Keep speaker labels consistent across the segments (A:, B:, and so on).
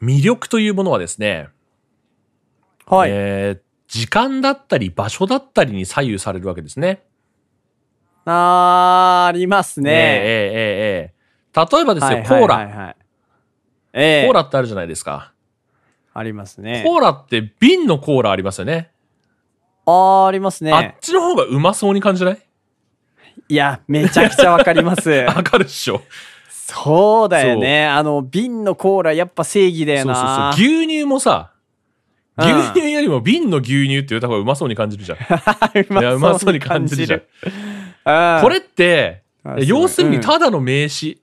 A: 魅力というものはですね、
B: はい。
A: えー時間だったり場所だったりに左右されるわけですね。
B: あー、あります
A: えええ
B: ね。
A: えええ例えばですよ、
B: はいはい
A: コー
B: はい
A: ラ。
B: はい。ええ
A: コーラってあるじゃないですか。
B: ありますね。
A: コーラって瓶のコーラありますよね。
B: あー、あります
A: あっ
B: ね。
A: ちの方がうまそうに感じない。
B: いや、めちゃくちゃわかります
A: わかるっしょ。
B: そうだよね。あの、瓶のコーラ、やっぱ正義だよ
A: そうそうそう
B: な。。
A: 牛乳もさ、
B: うん
A: 牛乳よりも瓶の牛乳って言った方がうまそうに感じる じゃん。いや、うまそうに感じるじゃん。
B: ゃ
A: これって
B: あ、
A: え要する
B: う
A: に
B: ん
A: ただの名詞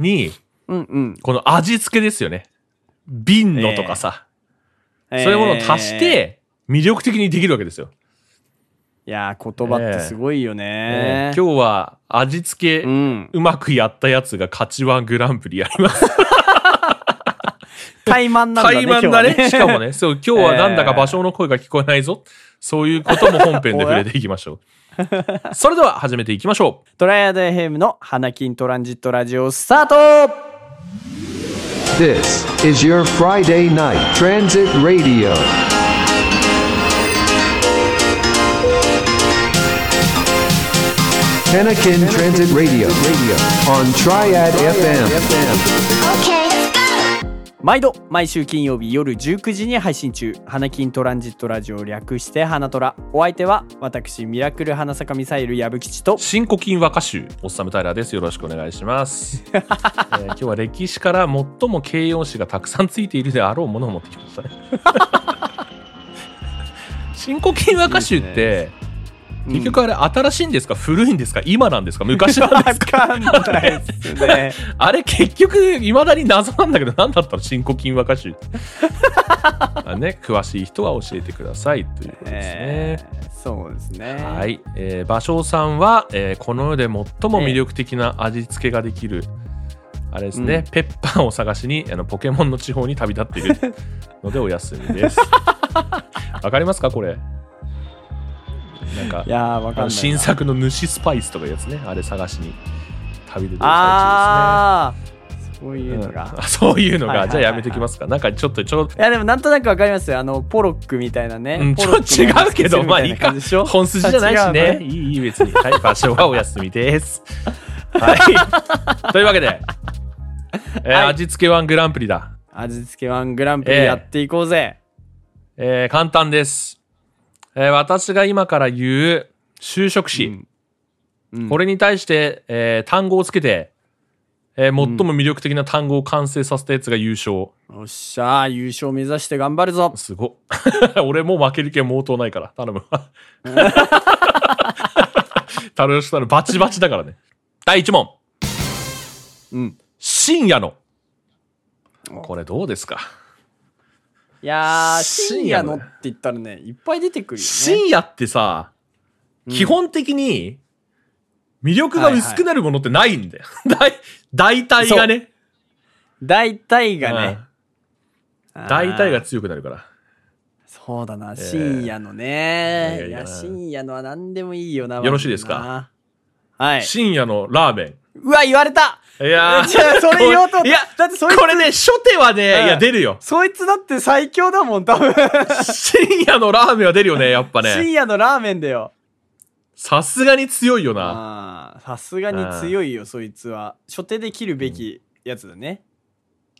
A: に、
B: うんうん。
A: この味付けですよね。瓶のとかさ、そういうものを足し
B: え
A: て、魅力的にできるわけですよ。
B: ー。いやー、言葉ってすごいよね
A: え。ー今日は味付け、
B: う。
A: うんまくやったやつが勝ちワングランプリやります。
B: 怠慢なんだね。
A: 怠慢だ
B: 今日は
A: ね。しかもね、そう、今日はなんだか場所の声が聞こえないぞ。そういうことも本編で触れていきまし ょう。それでは始めていきましょう。
B: トライアドエヘムの花金トランジットラジオスタート
C: This is your Friday night transit radio. Panakin Transit Radio on Triad FM.
D: Okay.
B: 毎度毎週金曜日夜19時に配信中「花金トランジットラジオ」略して「花トラ」お相手は私ミラクル花坂ミサイル矢吹吉と
A: 新古今和歌集、おっさむタイラーです。よろしくお願いし ます。えー今日は歴史から最も形容詞がたくさんついているであろうものを持ってきま したね。新古今和歌集って、結局あれ新しいんですか、古いんですか今なんですか昔なんです
B: 分かんないっすね
A: あれ結局いまだに謎なんだけど何だったの新古今和歌集って あね詳しい人は教えてくださいということですね、
B: えー そうですね
A: はいい、えー、芭蕉さんは、えーこの世で最も魅力的な味付けができる、あれですね、ペッパーを探しにあのポケモンの地方に旅立っているのでお休み です。わかりますかこれ。なんか
B: やー分か
A: あ
B: んない
A: の新作の主スパイスとかいうやつね、あれ探しに旅出てる最中ですね。
B: ああそういうのが、
A: うんあそういうの
B: はい
A: が、
B: はいはいはい
A: じゃあやめてきますか。なんかちょっと、ちょっと
B: いやでもなんとなくわかりますよあのポロックみたいなね、
A: うん、ち
B: ポ
A: ょ
B: ロ
A: っと違
B: ックの
A: うけど、まあいいか。
B: みたな感じでしょ
A: 本筋じゃないし
B: あ違
A: ね
B: う。の
A: いい、いい、別に。はい、場所はお休みです。 はい。というわけで、えー
B: はい
A: 味付けワングランプリだ。
B: 味付けワングランプリやっていこうぜ、
A: えー簡単です。えー私が今から言う就職詞。これに対して、えー単語をつけて、えー最も魅力的な単語を完成させたやつが優勝。
B: よっしゃー優勝目指して頑張るぞ
A: すごっ。 俺もう負ける気は毛頭ないから、頼む わ。頼むしたらバチバチだからね。第1問。
B: うん。
A: 深夜の。これどうですか
B: いやー
A: 深
B: 深
A: 夜
B: 夜
A: の
B: のって言ったらねいっぱい出てくるよね
A: 深夜ってさ、基本的に魅力が薄くなるものってないんだよ。 大大体がね。
B: 大体が
A: う
B: ね
A: ん、大体
B: あ
A: が
B: ー
A: 強くなるから。
B: そうだな深夜のね、
A: いやい
B: い
A: や
B: や深夜のは何でもいいよな
A: よろしいですか
B: はい
A: 深夜のラーメ
B: うわ言われた
A: ン。いやー
B: じゃあそれ言おうと思っ
A: い
B: た
A: や、
B: だってそいつ
A: これね、初手はね、
B: うん
A: いや、出るよ。
B: そいつだって最強だもん多分
A: 深夜のラーメンは出るよね、やっぱね。
B: 深夜のラーメンだよ
A: さすがに強いよな。
B: あーさすがに強いよそいつは初手で切るべきやつだね、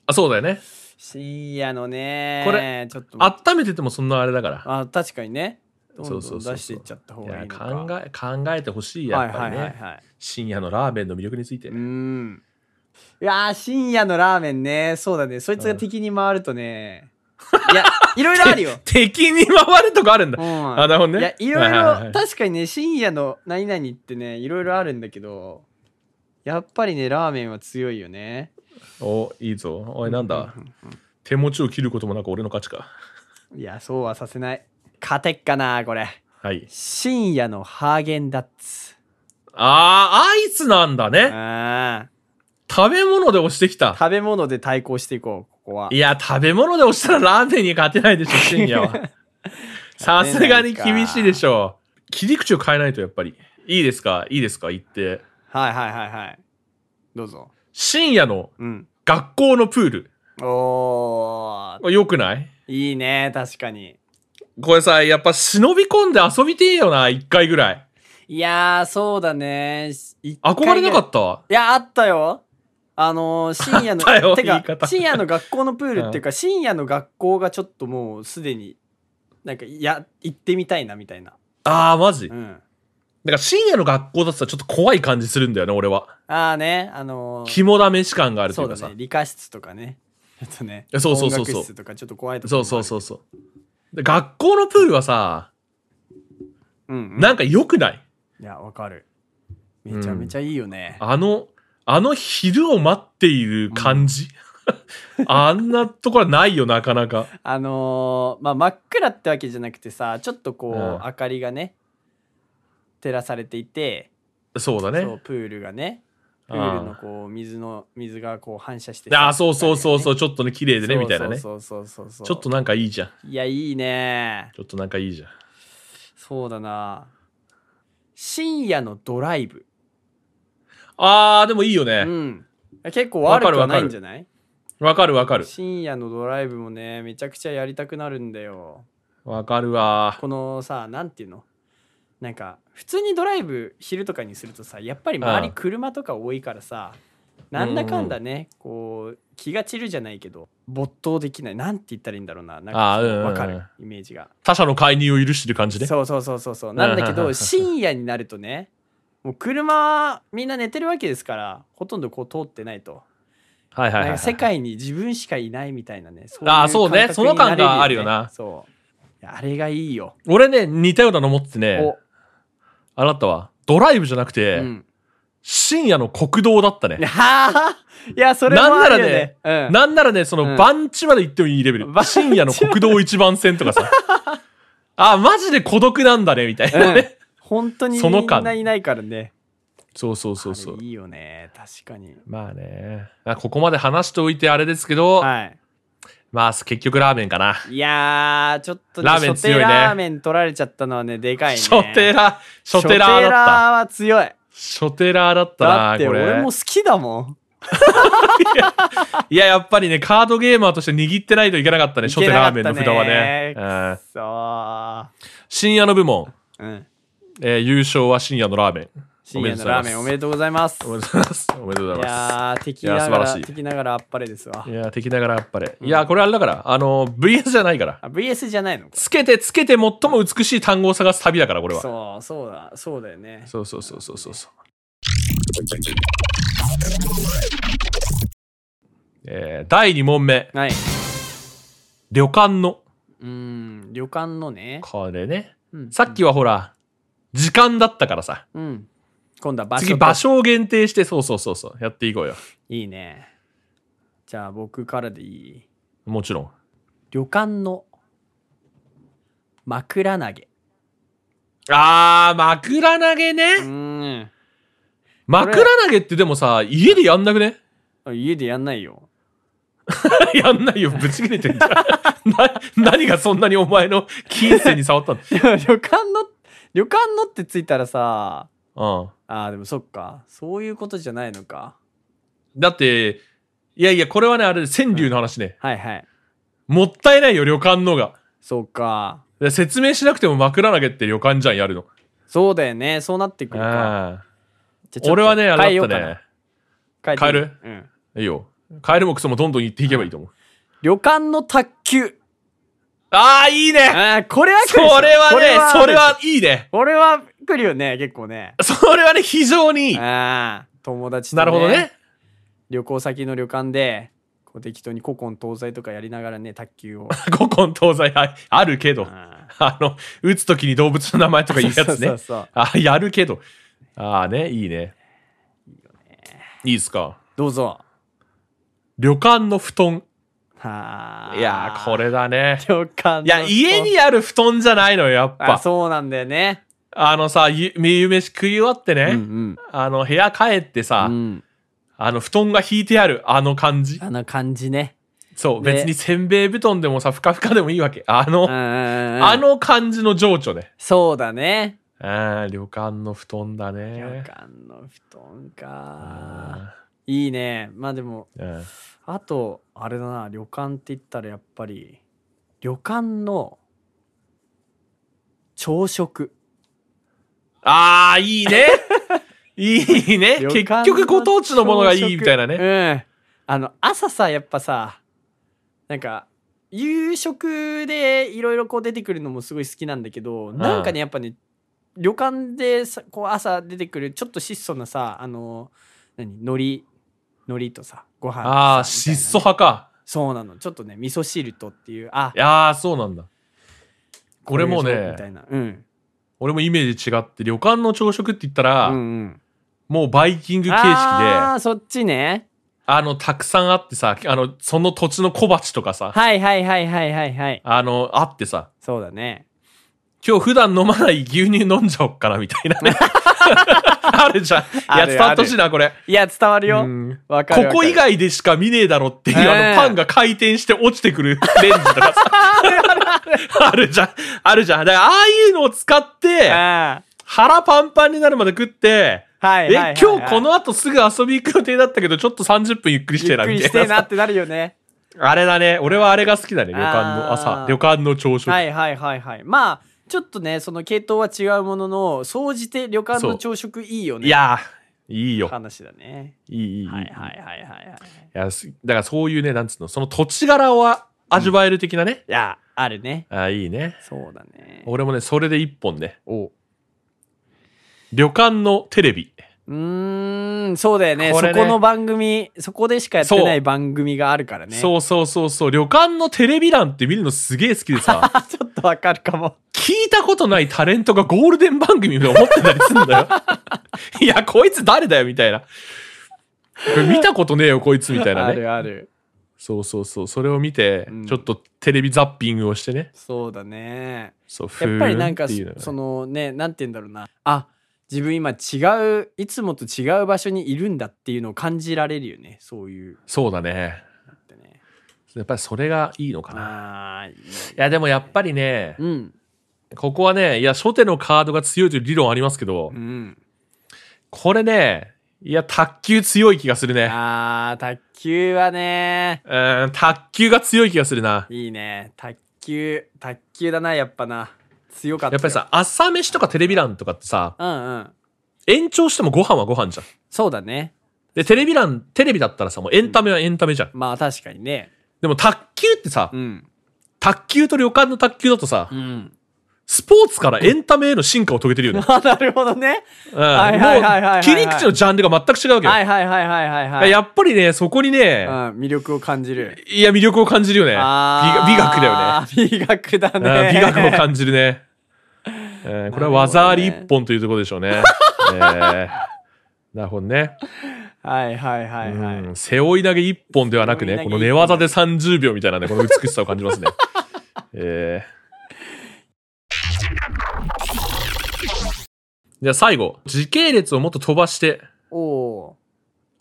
A: あ、そうだよね。
B: 深夜のね
A: これ
B: ちょっと待って
A: 温めててもそんなあれだから。
B: あ確かにねどんどん
A: そうそうそうそう
B: 出していっちゃった方
A: い
B: がい
A: や、
B: いの
A: 考
B: か
A: え、考えてほしい、や
B: は
A: っ
B: い
A: ぱ
B: はい
A: り
B: はい
A: ね。
B: はい
A: 深夜のラーメンの魅力について
B: う。んいやー深夜のラーメンねそうだねそいつが敵に回ると ね、いやいろいろあるよ
A: 敵に回るとこあるんだ。
B: うん
A: あ、なるほどね。
B: いやいろいろ、
A: ははは
B: 確かにね深夜の何々ってねいろいろあるんだけどやっぱりねラーメンは強いよね
A: お、いいぞ。おい、なんだ。手持ちを切ることもなく俺の勝ちか。
B: いやそうはさせない勝てっかなこれ
A: はい。
B: 深夜のハーゲンダッツ
A: あー、アイスなんだね。
B: あ
A: 食べ物で押してき
B: ー
A: た。
B: 食べ物で対抗していこうここはい
A: や、食べ物で押したらラーメンに勝てないでしょ、深夜 は。さすがに厳しいでしょう。切り口を変えないと、やっぱり。いいですかいいですか言って。
B: はいはいはいはいどうぞ
A: 深夜の
B: うん
A: 学校のプール。
B: おな
A: こ。れよくない
B: いいね、確かに。
A: これさ、やっぱ忍び込んで遊びてえよな、一回ぐらい。
B: いやー、そうだね。一回
A: 憧れなかったわ。
B: いや、あったよ。あのー深夜の
A: あったよ
B: て
A: 言
B: か
A: い方
B: 深夜の学校のプールっていうか、深夜の学校がちょっともうすでになんかいや行ってみたいなみたいな。
A: あー、マジ。
B: う
A: だか
B: ん。
A: ら深夜の学校だったらちょっと怖い感じするんだよね、俺は。
B: ああね、あのー
A: 肝試し感があると
B: そ
A: いううか
B: だ
A: さ
B: ね。。理科室とかね。ちょっとね。
A: いやそうそうそうそう
B: 音楽室とかちょっと怖いとこ
A: そ
B: ろ。
A: うそうそううそう。で学校のプールはさ、
B: うん、うん。
A: なんか良くない
B: いや、わかる。めちゃめちゃいいよね。
A: あの、あの昼を待っている感じ。あんなところはないよ、なかなか。
B: あのーまあ、真っ暗ってわけじゃなくてさ、ちょっとこう、
A: うん
B: 明かりがね、照らされていて、
A: そうだ
B: そう
A: ね。
B: プールがね、プールのこう、水の、水がこう反射して。
A: ああ、そうそうそうそうう、ちょっとね、綺麗でね、みたいなね。ちょ
B: そうそうそうそう。
A: っとなんかいいじゃん。
B: いや、いいね。
A: ちょっとなんかいいじゃん。
B: そうだな。深夜のドライブ。
A: あー、でもいいよ
B: う
A: ね。
B: ん。結構悪くはないんじゃない
A: わかるわかる。
B: 深夜のドライブもね、めちゃくちゃやりたくなるんだよ。
A: わかるわ。
B: このさ、なんていうのなんか、普通にドライブ昼とかにするとさ、やっぱり周
A: う
B: り
A: ん
B: 車とか多いからさ、なんだかんだね、こう、気が散るじゃないけど、没頭できない。なんて言ったらいいんだろうな。なんか
A: あーうんうんうん
B: わかる、イメージが。
A: 他者の介入を許してる感じね。
B: そうそうそうそうそう。なんだけ
A: うんうんうんう
B: ど、
A: ん
B: 深夜になるとね、もう車、みんな寝てるわけですから、ほとんどこう通ってないと。
A: はいはい
B: なん
A: は
B: か
A: い。
B: 世界に自分しかいないみたいなね。そい
A: あーそうね
B: 感覚になれ
A: その感があるよな
B: そう。いやあれがいいよ。
A: 俺ね、似たようなの持っててね、
B: お、
A: あなたは、ドライブじゃなくて、
B: うん。
A: 深夜の国道だったね。
B: はあ、 いや、それも
A: なん
B: あ
A: な
B: る
A: ら
B: よ
A: ね
B: ね。、うん。
A: なんならね、そ
B: うん
A: の番地まで行ってもいいレベル。
B: 番地
A: 深夜の国道一番線とかさ。あ、マジで孤独なんだね、みたいな
B: うん
A: ね。
B: 本当に
A: そ
B: み
A: の
B: ん
A: 感
B: なないないからね。
A: そうそうそうそう
B: あれ。いいよね。確かに。
A: まあね。あここまで話しておいてあれですけど、
B: は
A: まあ結局ラーメンかな。
B: い。いやー、ちょっとね、
A: ラーメン
B: 初手
A: 強いね
B: ラーメン取られちゃったのはね、でかいね。
A: ショテラ、ショテラ
B: ショ
A: ーだ
B: テラ
A: った。
B: ーは強い。
A: ショテラーだった
B: だ
A: な、
B: って
A: こ
B: 俺
A: れ
B: も。好きだもん。
A: いや、やっぱりね、カードゲーマーとして握ってないといけなかったね、ショテラーメンの札はね。うん
B: そ
A: 深夜の部門、
B: う。うん。
A: えー優勝は深夜のラーメン。
B: 深夜のラーメンおめでとうございます。
A: おめでとうございます。おめでとうござい
B: い
A: ます。
B: やー、敵なが
A: いや素晴ら
B: ら、
A: しい
B: 敵ながらあっぱれですわ
A: い。やー、敵ながらあっぱれ。いやー、これあれだから、あのー、VS じゃないから。
B: あ VS じゃないの
A: つけてつけて最も美しい単語を探す旅だから、これは。そ
B: そう、そうだ、そうだよね。
A: うそうそうそうそうそう。えー第2問目。
B: はい。
A: 旅館の。
B: うーん、旅館のね。
A: これね。
B: うん
A: さっきはほら、時間だったからさ。
B: うん。今度は場所と。
A: 次、場所を限定して、そうそうそうそう。やっていこうよ。
B: いいね。じゃあ僕からでいい。
A: もちろん。
B: 旅館の枕投げ。
A: あー、枕投げ
B: う
A: ね。
B: ーん。
A: 枕投げってでもさ、家でやんなくね
B: あ家でやんないよ。
A: やんないよ、ぶち切れてんじゃん。 な何がそんなにお前の金銭に触ったの
B: でも旅館の、旅館のってついたらさ、
A: うん。
B: ああ、でもそっか。そういうことじゃないのか。
A: だって、いやいや、これはね、あれ、川柳の話ね。
B: はいはい。
A: もったいないよ、旅館のが。
B: そうか。
A: で説明しなくても枕投げって旅館じゃん、やるの。
B: そうだよね。そうなってくるか。
A: あ
B: じゃあちょっ
A: あ
B: と
A: 俺はね、あ
B: 変え
A: れ
B: よ
A: だっ
B: う
A: たね。
B: かな変えていい
A: 変
B: うん。
A: いいよ。帰るもクソもどんどん行っていけばいいと思う。
B: 旅館の卓球。
A: ああ、いいね
B: ああ、これは 来
A: そ
B: るでしょ
A: れはね、それ。
B: あるでしょ
A: はいいね。
B: これは来るよね、結構ね。
A: それはね、非常にいい。
B: ああ、友達と、
A: なるほどね。。
B: 旅行先の旅館で、こう適当に古今東西とかやりながらね、卓球 を。
A: 古今東西はいあるけど。
B: あ
A: あの、打つときに動物の名前とか言うや
B: そう
A: つ
B: そ
A: ね
B: うそう。
A: あ、やるけど。ああね、いいね。いいっすか。
B: どうぞ。
A: 旅館の布団。
B: はあ。
A: いやー、こ。れだね。
B: 旅館の
A: いや、家にある布団じゃないのよ、やっ
B: あ、
A: ぱ。
B: そうなんだよね。
A: あのさ、ゆ夕飯食い終わってね、
B: うん
A: あの、部屋帰ってさ、
B: うん。うん。
A: あの、布団が引いてある、あの感じ。
B: あの感じね。
A: そう、
B: ね
A: 別にせんべい布団でもさ、ふかふかでもいいわけ。あの、
B: うんうんうん。
A: あ、の感じの情緒ね。
B: そうだね。
A: あー旅館の布団だね。
B: 旅館の布団か。いいねまあでも
A: うん
B: あとあれだな旅館って言ったらやっぱり旅館の朝食
A: ああ、いい ね。いいね。
B: 旅
A: 結
B: 館の
A: 局ご当地のものがいいみたいなね。
B: ねうんあの朝さやっぱさなんか夕食でいろいろこう出てくるのもすごい好きなんだけど、なんかねやっぱね旅館でさこう朝出てくるちょっと質素なさあの何海苔海苔とさご飯
A: ああ、
B: さみたいなね
A: 質素派か。
B: そうなのちょっとね味噌汁とっていうあ
A: いやー、そうなんだ。これも
B: こぞみた
A: ね、
B: いなうん
A: 俺もイメージ違って、旅館の朝食って言ったら、
B: うんうん
A: もうバイキング形式で、
B: あ
A: あ
B: ーそっちね
A: の、たくさんあってさ、あの、その土地の小鉢とかさ、
B: はいはいはいはいはいはい
A: あの、あってさ、
B: そうだね
A: 今日普段飲まない牛乳飲んじゃおっかな、みたいな ね。あるじゃん。い
B: あ
A: や、
B: る
A: 伝わってほしいな、これ。
B: いや伝わるよ
A: うん
B: わか
A: こ
B: るわか
A: こ
B: る
A: 以外でしか見ねえだろっていう、
B: え
A: あ
B: え
A: の、パンが回転して落ちてくる レンジとか さ。あるじゃん。あるじゃん。だから、ああいうのを使って、
B: あ
A: 腹パンパンになるまで食って、
B: あは
A: え
B: いはいはいはい、、
A: 今日この後すぐ遊び行く予定だったけど、ちょっと30分ゆっくりし
B: ゆ
A: て
B: っ
A: えな、
B: く
A: み
B: り
A: た
B: してえ
A: い
B: な
A: な
B: っ。てなるよね。
A: あれだね。俺はあれが好きだね。旅館の
B: あ
A: 朝
B: ー。
A: 旅館の朝食。
B: はいはいはいはい。まあちょっとねその系統は違うものの総じて旅館の朝食いいよね。
A: いやー、いいよ。
B: 話だね。
A: いい、いい、いい。
B: はいはい
A: い
B: はいはいはい。
A: や、すだからそういうね、なんつうの、その土地柄を味わえる的なね。
B: いやあるね。
A: ああ、いいね。
B: そうだね。
A: 俺もね、それで一本ね。
B: お
A: 旅館のテレビ。
B: うーんそうだよね
A: これ
B: そ
A: ね
B: この番組そこでしかやって
A: そう
B: ない番組があるからね。
A: そうそうそうそう。旅館のテレビ欄って見るのすげえ好きで さ、
B: あちょっとわかるかも。
A: 聞いたことないタレントがゴールデン番組で思ってたりするん だよ。いや、こいつ誰だよ、みたいな。これ見たことねえよ、こいつ、みたい
B: あ
A: なね。
B: るある。
A: そうそうそう。それを見て、
B: うん
A: ちょっとテレビザッピングをしてね。
B: そうだね。
A: そう、ふ
B: やっぱりなんか
A: ーっていう
B: そ
A: のがね
B: そのねなんて言うんだろうなあ自分今違ういつもと違う場所にいるんだっていうのを感じられるよねそういう
A: そうだね。
B: のってね
A: やっぱりそれがいいのかな。
B: あーいいね
A: いや、でもやっぱりね、
B: うん
A: ここはね、いや、初手のカードが強いという理論ありますけど、
B: うん
A: これね、いや、卓球強い気がするね。
B: あー卓球はね
A: うーん、卓球が強い気がするな。
B: いいね卓球卓球だなやっぱな強かっ
A: や
B: たよ
A: っぱりさ、朝飯とかテレビ欄とかってさ、
B: うんうん
A: 延長してもご飯はご飯じゃん。
B: そうだね
A: で、テレビ欄、テレビだったらさ、もうエンタメはエンタメじゃん。
B: まあ確かにね
A: でも卓球ってさ、
B: うん
A: 卓球と旅館の卓球だとさ
B: う、ん
A: スポーツからエンタメへの進化を遂げてるよね。
B: あなるほどね
A: うん。
B: はいはいはいはいはい
A: もう切り口のジャンルが全く違うわけよ。
B: はいはいはいはいはいはい
A: やっぱりね、そこにね、
B: うん、魅力を感じる
A: いや、魅力を感じるよね。美
B: あー
A: 美学だよね。
B: 美学だ
A: うん
B: ね。
A: 美学を感じるね。 えーこれは技あり一本というところでしょうね。えーなるほどね。
B: はいはいはいはい。
A: うん背負い投げ一本ではなく
B: 背
A: ね、
B: 負い投
A: こ
B: げ一
A: の
B: 本
A: 寝技で30秒みたいなね、この美しさを感じますね。 えーじゃあ最後、時系列をもっと飛ばして、
B: おおー。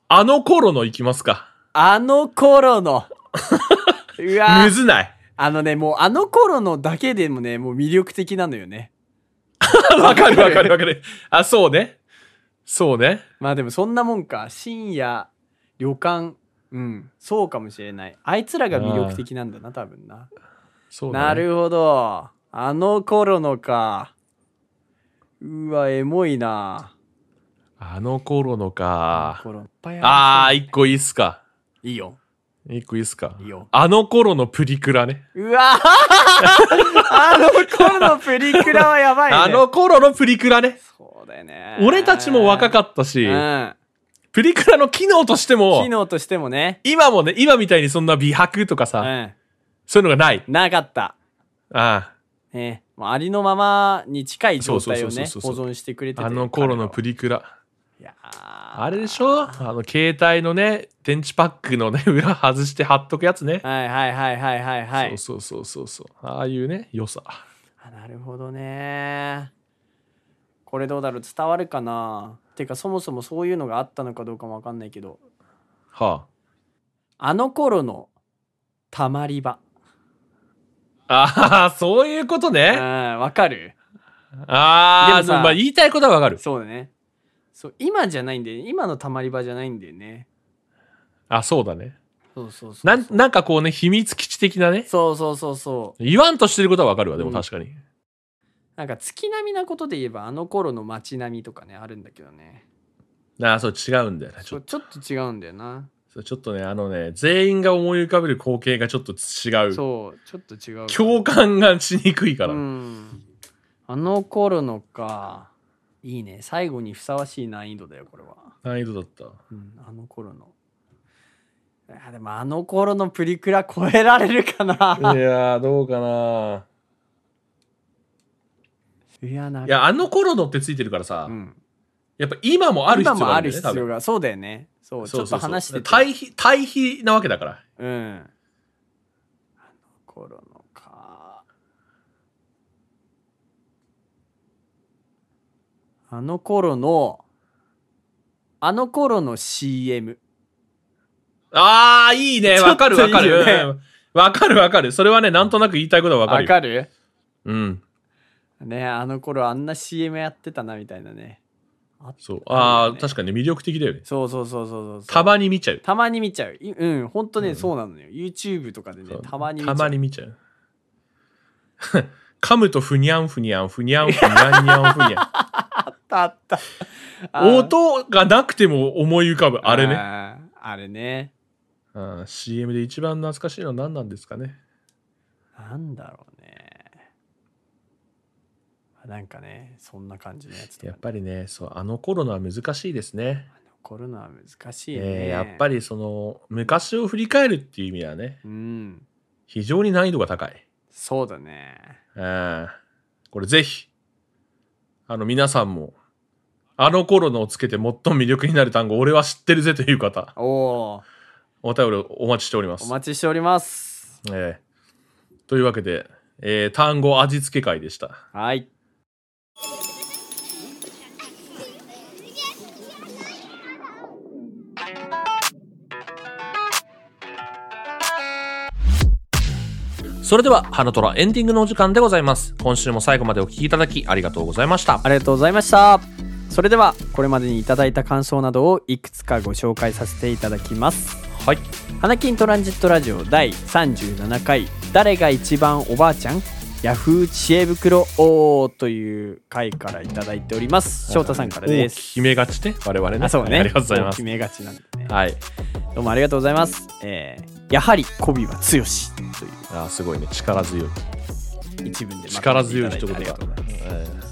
A: あの頃のいきますか。
B: あの 頃の。うわ
A: むずない。
B: あのね、もうあの頃のだけでもね、もう魅力的なのよね。
A: わかるわかるわかる。あ、そうね。そうね。
B: まあでもそんなもんか。深夜、旅館。うん。そうかもしれない。あいつらが魅力的なんだな、多分な。
A: そうね
B: なるほど。あの頃のか。うわ、エモいな。
A: あの頃の
B: あ
A: か。
B: の頃いっぱい
A: あ
B: あ
A: ー、一個いいっすか。
B: ーいいよ。
A: 一個いいっすか。
B: いいよ
A: あの頃のプリクラね。
B: うわー あの頃のプリクラはやばいね。
A: あの頃のプリクラね。
B: そうだよね。
A: 俺たちも若か
B: っ
A: ったし、
B: うん。
A: プリクラの機能としても
B: 機、能としてもね。
A: 今もね、今みたいにそんな美白とか
B: う
A: さ、
B: ん。
A: そういうのがない。
B: なかった。
A: あ
B: ね。もうありのままに近い状態を
A: そう
B: ね、
A: そうそ
B: 保
A: うそうそう
B: 存してくれて
A: あ
B: て
A: あの頃のプリクラ。
B: いや
A: あ
B: あ
A: れでしょあの、携帯のね、電池パックのね、 裏外して貼っとくやつね。
B: はいはいはいはいはいはい。
A: そうそうそうそうそう。ああいうね、良さ。
B: あなるほどね。これどうだろう伝わるかなてかそもそもそういうのがあったのかどうかもわかんないけど、
A: は
B: あの頃のたまり場。
A: あ。ああ、そういうこと
B: うん、
A: ね。
B: わかる
A: あ
B: でも
A: あ、
B: さ
A: まあ言いたいことはわかる。
B: そうだね。そう、今じゃないんだよね。今のたまり場じゃないんだよね。
A: あ、そうだね。
B: そうそうそう
A: なん、なんかこうね、秘密基地的なね。
B: そうそうそうそう
A: 言わんとしてることはわかるわ、でも
B: うん
A: 確かに。
B: なんか月並みなことで言えばあの頃の街並みとかねあるんだけどね
A: ああ、そう、違うんだよね。ち
B: ち
A: ょ
B: ょ
A: っ
B: ちょっと違うんだよな
A: と、ちょっとね、あのね、全員が思い浮かべる光景がちょっと違う。
B: そうちょっと違うから
A: 共感がしにくいから。
B: うんあの頃のかいいね最後にふさわしい難易度だよこれは、
A: 難易度だった。
B: うん、あの頃のあでもあの頃のプリクラ超えられるかない
A: やー、どうかな。
B: いやない
A: や、あの頃のってついてるからさ、
B: うん、
A: やっぱ今もある必
B: 今
A: 要が
B: も
A: あ
B: あ
A: る
B: る
A: んだよね、
B: 必要がそうだよねそ
A: 多
B: う
A: 分
B: ちょっと話してて
A: 対比、対比なわけだから。
B: うんあの頃のかあの頃のあの頃の CM
A: ああ、いいね。
B: ちょっと
A: わかるわかる。
B: いいよね
A: うんわかるわかる。それはね、なんとなく言いたいことはわかる
B: わ
A: よ。
B: かる
A: うん。
B: ねあの頃あんな CM やってたなみたいなねあ
A: そう。ああ、
B: ね
A: 確かにね魅力的だよね。
B: そうそうそうそうそう
A: たまに見ちゃう。
B: たまに見ちゃういうん本当ね、そうなのよ YouTube とかでね
A: そう
B: たまに見ち
A: た
B: ゃう
A: まに見ちゃう。 噛むとふにゃんふにゃん、ふにゃんふにゃんにゃんふにゃん。
B: あったあった あー
A: 音がなくても思い浮かぶ、あれね。
B: あーあれね
A: うん CM で一番懐かしいのは何なんですかね。
B: なんだろうねなんかねそんな感じのやつと
A: や
B: か
A: っぱりね、そう、あの頃のは難しいですね。
B: 残るのは難しい
A: え
B: ね、
A: ーやっぱ
B: り
A: りその、昔を振り返るっていう意味ではね、
B: うん
A: 非常に難易度が高い。
B: そうだね
A: うんこれぜひ、あの皆さんも、あの頃のをつけて最も魅力になる単語、俺は知ってるぜという方、
B: おお
A: お便りをお待ちしておりま
B: お
A: す。
B: 待ちしております
A: えーというわけで、えー単語味付け会でした。
B: はい
A: それでは、ハロトラエンディングのお時間でございます。今週も最後までお聞きいただきありがとうございました。
B: ありがとうございましたそれではこれまでにいただいた感想などをいくつかご紹介させていただきます
A: はい。
B: 花金トランジットラジオ第37回「誰が一番おばあちゃん?」ヤフー知恵袋王という回からいただいております翔太さんからです
A: 大きめがちね、我々ね。
B: あそうね
A: ありがとうございま
B: 決
A: す。
B: めがちなんでね
A: はい。
B: どうもありがとうございます、えーやはり媚びは強しとい
A: あーすごいね、力強い。
B: う一文でまと
A: 力
B: めて
A: 強い
B: ただい
A: 一
B: て
A: 言
B: ありが
A: だ
B: とうございます。
A: えー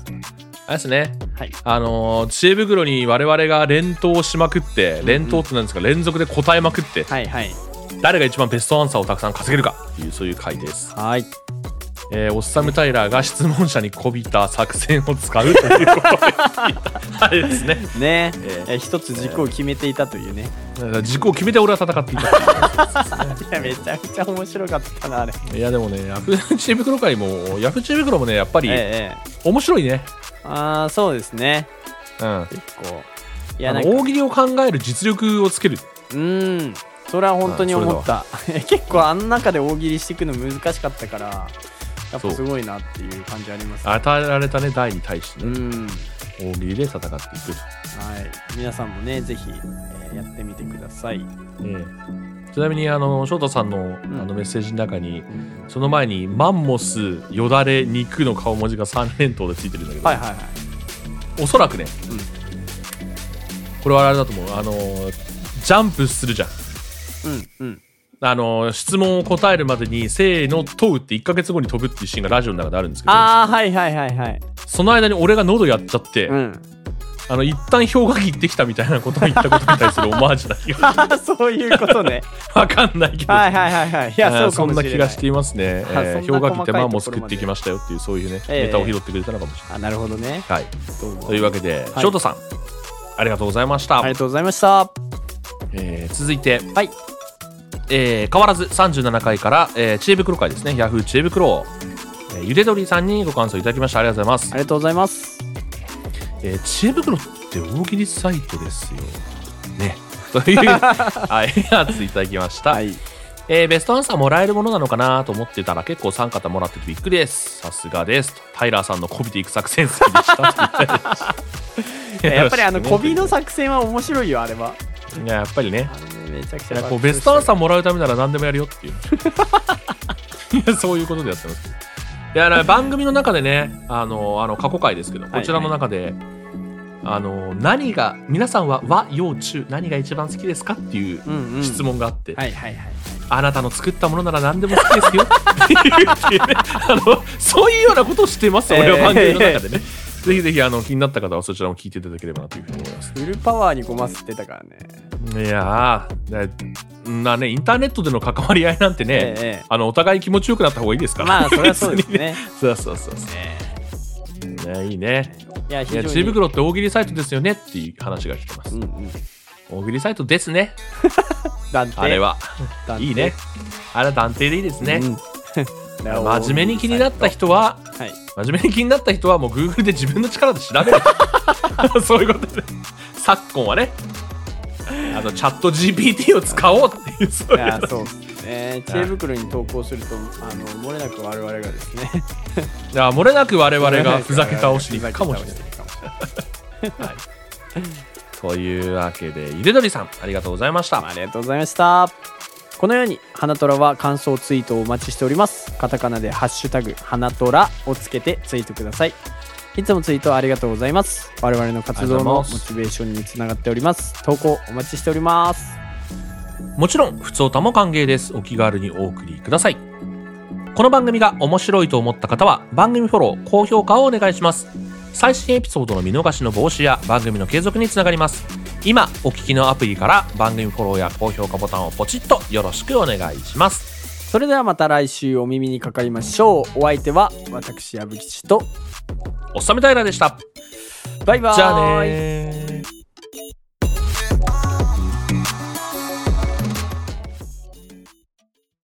A: あれですね、
B: はい
A: あのー知恵袋に我々が連投しまくって連投ってなんですか、連続で答えまくって、
B: はいはい
A: 誰が一番ベストアンサーをたくさん稼げるかっていうそういう回です、
B: はい
A: えーオッサム・タイラーが質問者にこびた作戦を使うということで聞いたあれですね
B: ねえ
A: えー
B: ー一つ軸を決めていたというね
A: だから軸を決めて俺は戦っていた
B: いやめちゃくちゃ面白かったなあれ
A: いやでもねヤフー知恵袋回 もヤフー知恵袋もねやっぱり
B: ええ
A: 面白いね、
B: ああそうですね
A: うん
B: 結構い
A: あ
B: や
A: の
B: なんか
A: 大喜利を考える実力をつける
B: うんそれは本当に思った 結構あん中で大喜利していくの難しかったからやっぱすごいなっていう感じありますね
A: 与えられたね題に対して
B: う
A: ね、
B: ん
A: 大喜利で戦っていくと
B: はい、皆さんもね、ぜひ、えーやってみてください。
A: ええちなみにあの翔太さんの,、
B: ん
A: あのメッセージの中に、その前にマンモスよだれ肉の顔文字が3連投でついてるんだけど、
B: はいはいはい。
A: おそらくね、
B: うん
A: これはあれだと思うあのジャンプするじゃん
B: うんうん。
A: あの質問を答えるまでにせーの問うって1ヶ月後に飛ぶっていうシーンがラジオの中であるんですけど
B: ああ、はいはいはいはい。
A: その間に俺が喉やっちゃって、
B: うん。
A: あの一旦氷河期行ってきたみたいなことを言ったことに対するオ マージュな気が
B: そういうこと ね。
A: わかんないけど、
B: はいはいはいはい。い
A: あ
B: や、
A: ー
B: そうかもしれない。
A: んな気がしていますね。
B: あ
A: えー
B: そんな細
A: 氷
B: かい
A: 河期ってマンモス
B: ところ
A: 食
B: ま
A: っ
B: で
A: てきましたよっていうそういうね、
B: ええ
A: ネタを拾ってくれたのかもしれ
B: あ、なるほどね。
A: ない。はい、
B: どうも。
A: というわけで、
B: い
A: ショートさんありがとうございました、
B: ありがとうございました。
A: えー続いて、
B: はい。
A: えー変わらず37回から、えー、知恵袋会ですねヤフー知恵袋を、えーゆで鳥さんにご感想いただきましたありがとうござい
B: あ
A: ます、
B: りがとうございます。
A: えー知恵袋って大喜利サイトですよ ねというはいやついただきました、
B: はい。
A: えーベストアンサーもらえるものなのかなと思ってたら結構3方もらっててびっくりですさすがですとタイラーさんのこびていく作戦好 きでした
B: やっぱりあの、コビの作戦は面白いよ、あれは。
A: いややっぱりね
B: めちゃくち
A: い
B: ゃ
A: やこうベストアンサ
B: ー
A: ーもらうためなら何でもやるよっ ていういやそういうことでやってますけどい やだから番組の中でねあのあの過去回ですけど
B: はい
A: こちらの中で、あの何が皆さんは和洋中何が一番好きですかっていう
B: うんうん
A: 質問があって、
B: はいはいはい
A: あなたの作ったものなら何でも好きですよっていうっていうねあのそういうようなことをしてますよ、俺は番組の中でね。ぜひぜひあの気になった方はそちらも聞いていただければなというふうに思います。
B: フルパワーにごますってたからね
A: いやーだなねインターネットでの関わり合いなんてね、
B: ええええ
A: あのお互い気持ちよくなった方がいいですから。
B: まあそれはそうですね
A: 別 にね。そうそうそうそう、ね。いいね。
B: いや
A: い
B: 非常
A: や
B: に
A: 知恵袋って大喜利サイトですよねっていう話が来てます。
B: うんうん
A: 大喜利サイトですね。
B: 断定
A: あれは
B: 断定
A: いいね。あれは断定でいいですね。
B: うん
A: 真面目に気になった人は
B: はい
A: 真面目に気になった人はもう Google で自分の力で調べる そういうことで昨今はねあのチャット GPT を使おうっていうそう
B: い
A: いう
B: やそうですね知恵袋に投稿するとあの漏れなく我々がですね
A: いや漏れなく我々 がふざけ倒してい
B: ふ
A: く
B: ざけ
A: か
B: 倒
A: も
B: し
A: しれ
B: て
A: ない
B: いくかもしれない
A: というわけでゆでどりさんありがとうございました
B: ありがとうございましたこのように花虎は感想ツイートをお待ちしておりますカタカナでハッシュタグ花虎をつけてツイートくださいいつもツイートありがとうございます我々の活動のモチベーションにつながっております投稿お待ちしております
A: もちろん、普通歌も歓迎です。お気軽にお送りください。この番組が面白いと思った方は、番組フォロー、高評価をお願いします。最新エピソードの見逃しの防止や番組の継続につながります。今、お聞きのアプリから番組フォローや高評価ボタンをポチッとよろしくお願いします。
B: それではまた来週お耳にかかりましょうお相手は私矢吹吉と
A: おっさめたいらでした。
B: バイバーイ
A: じゃあねー。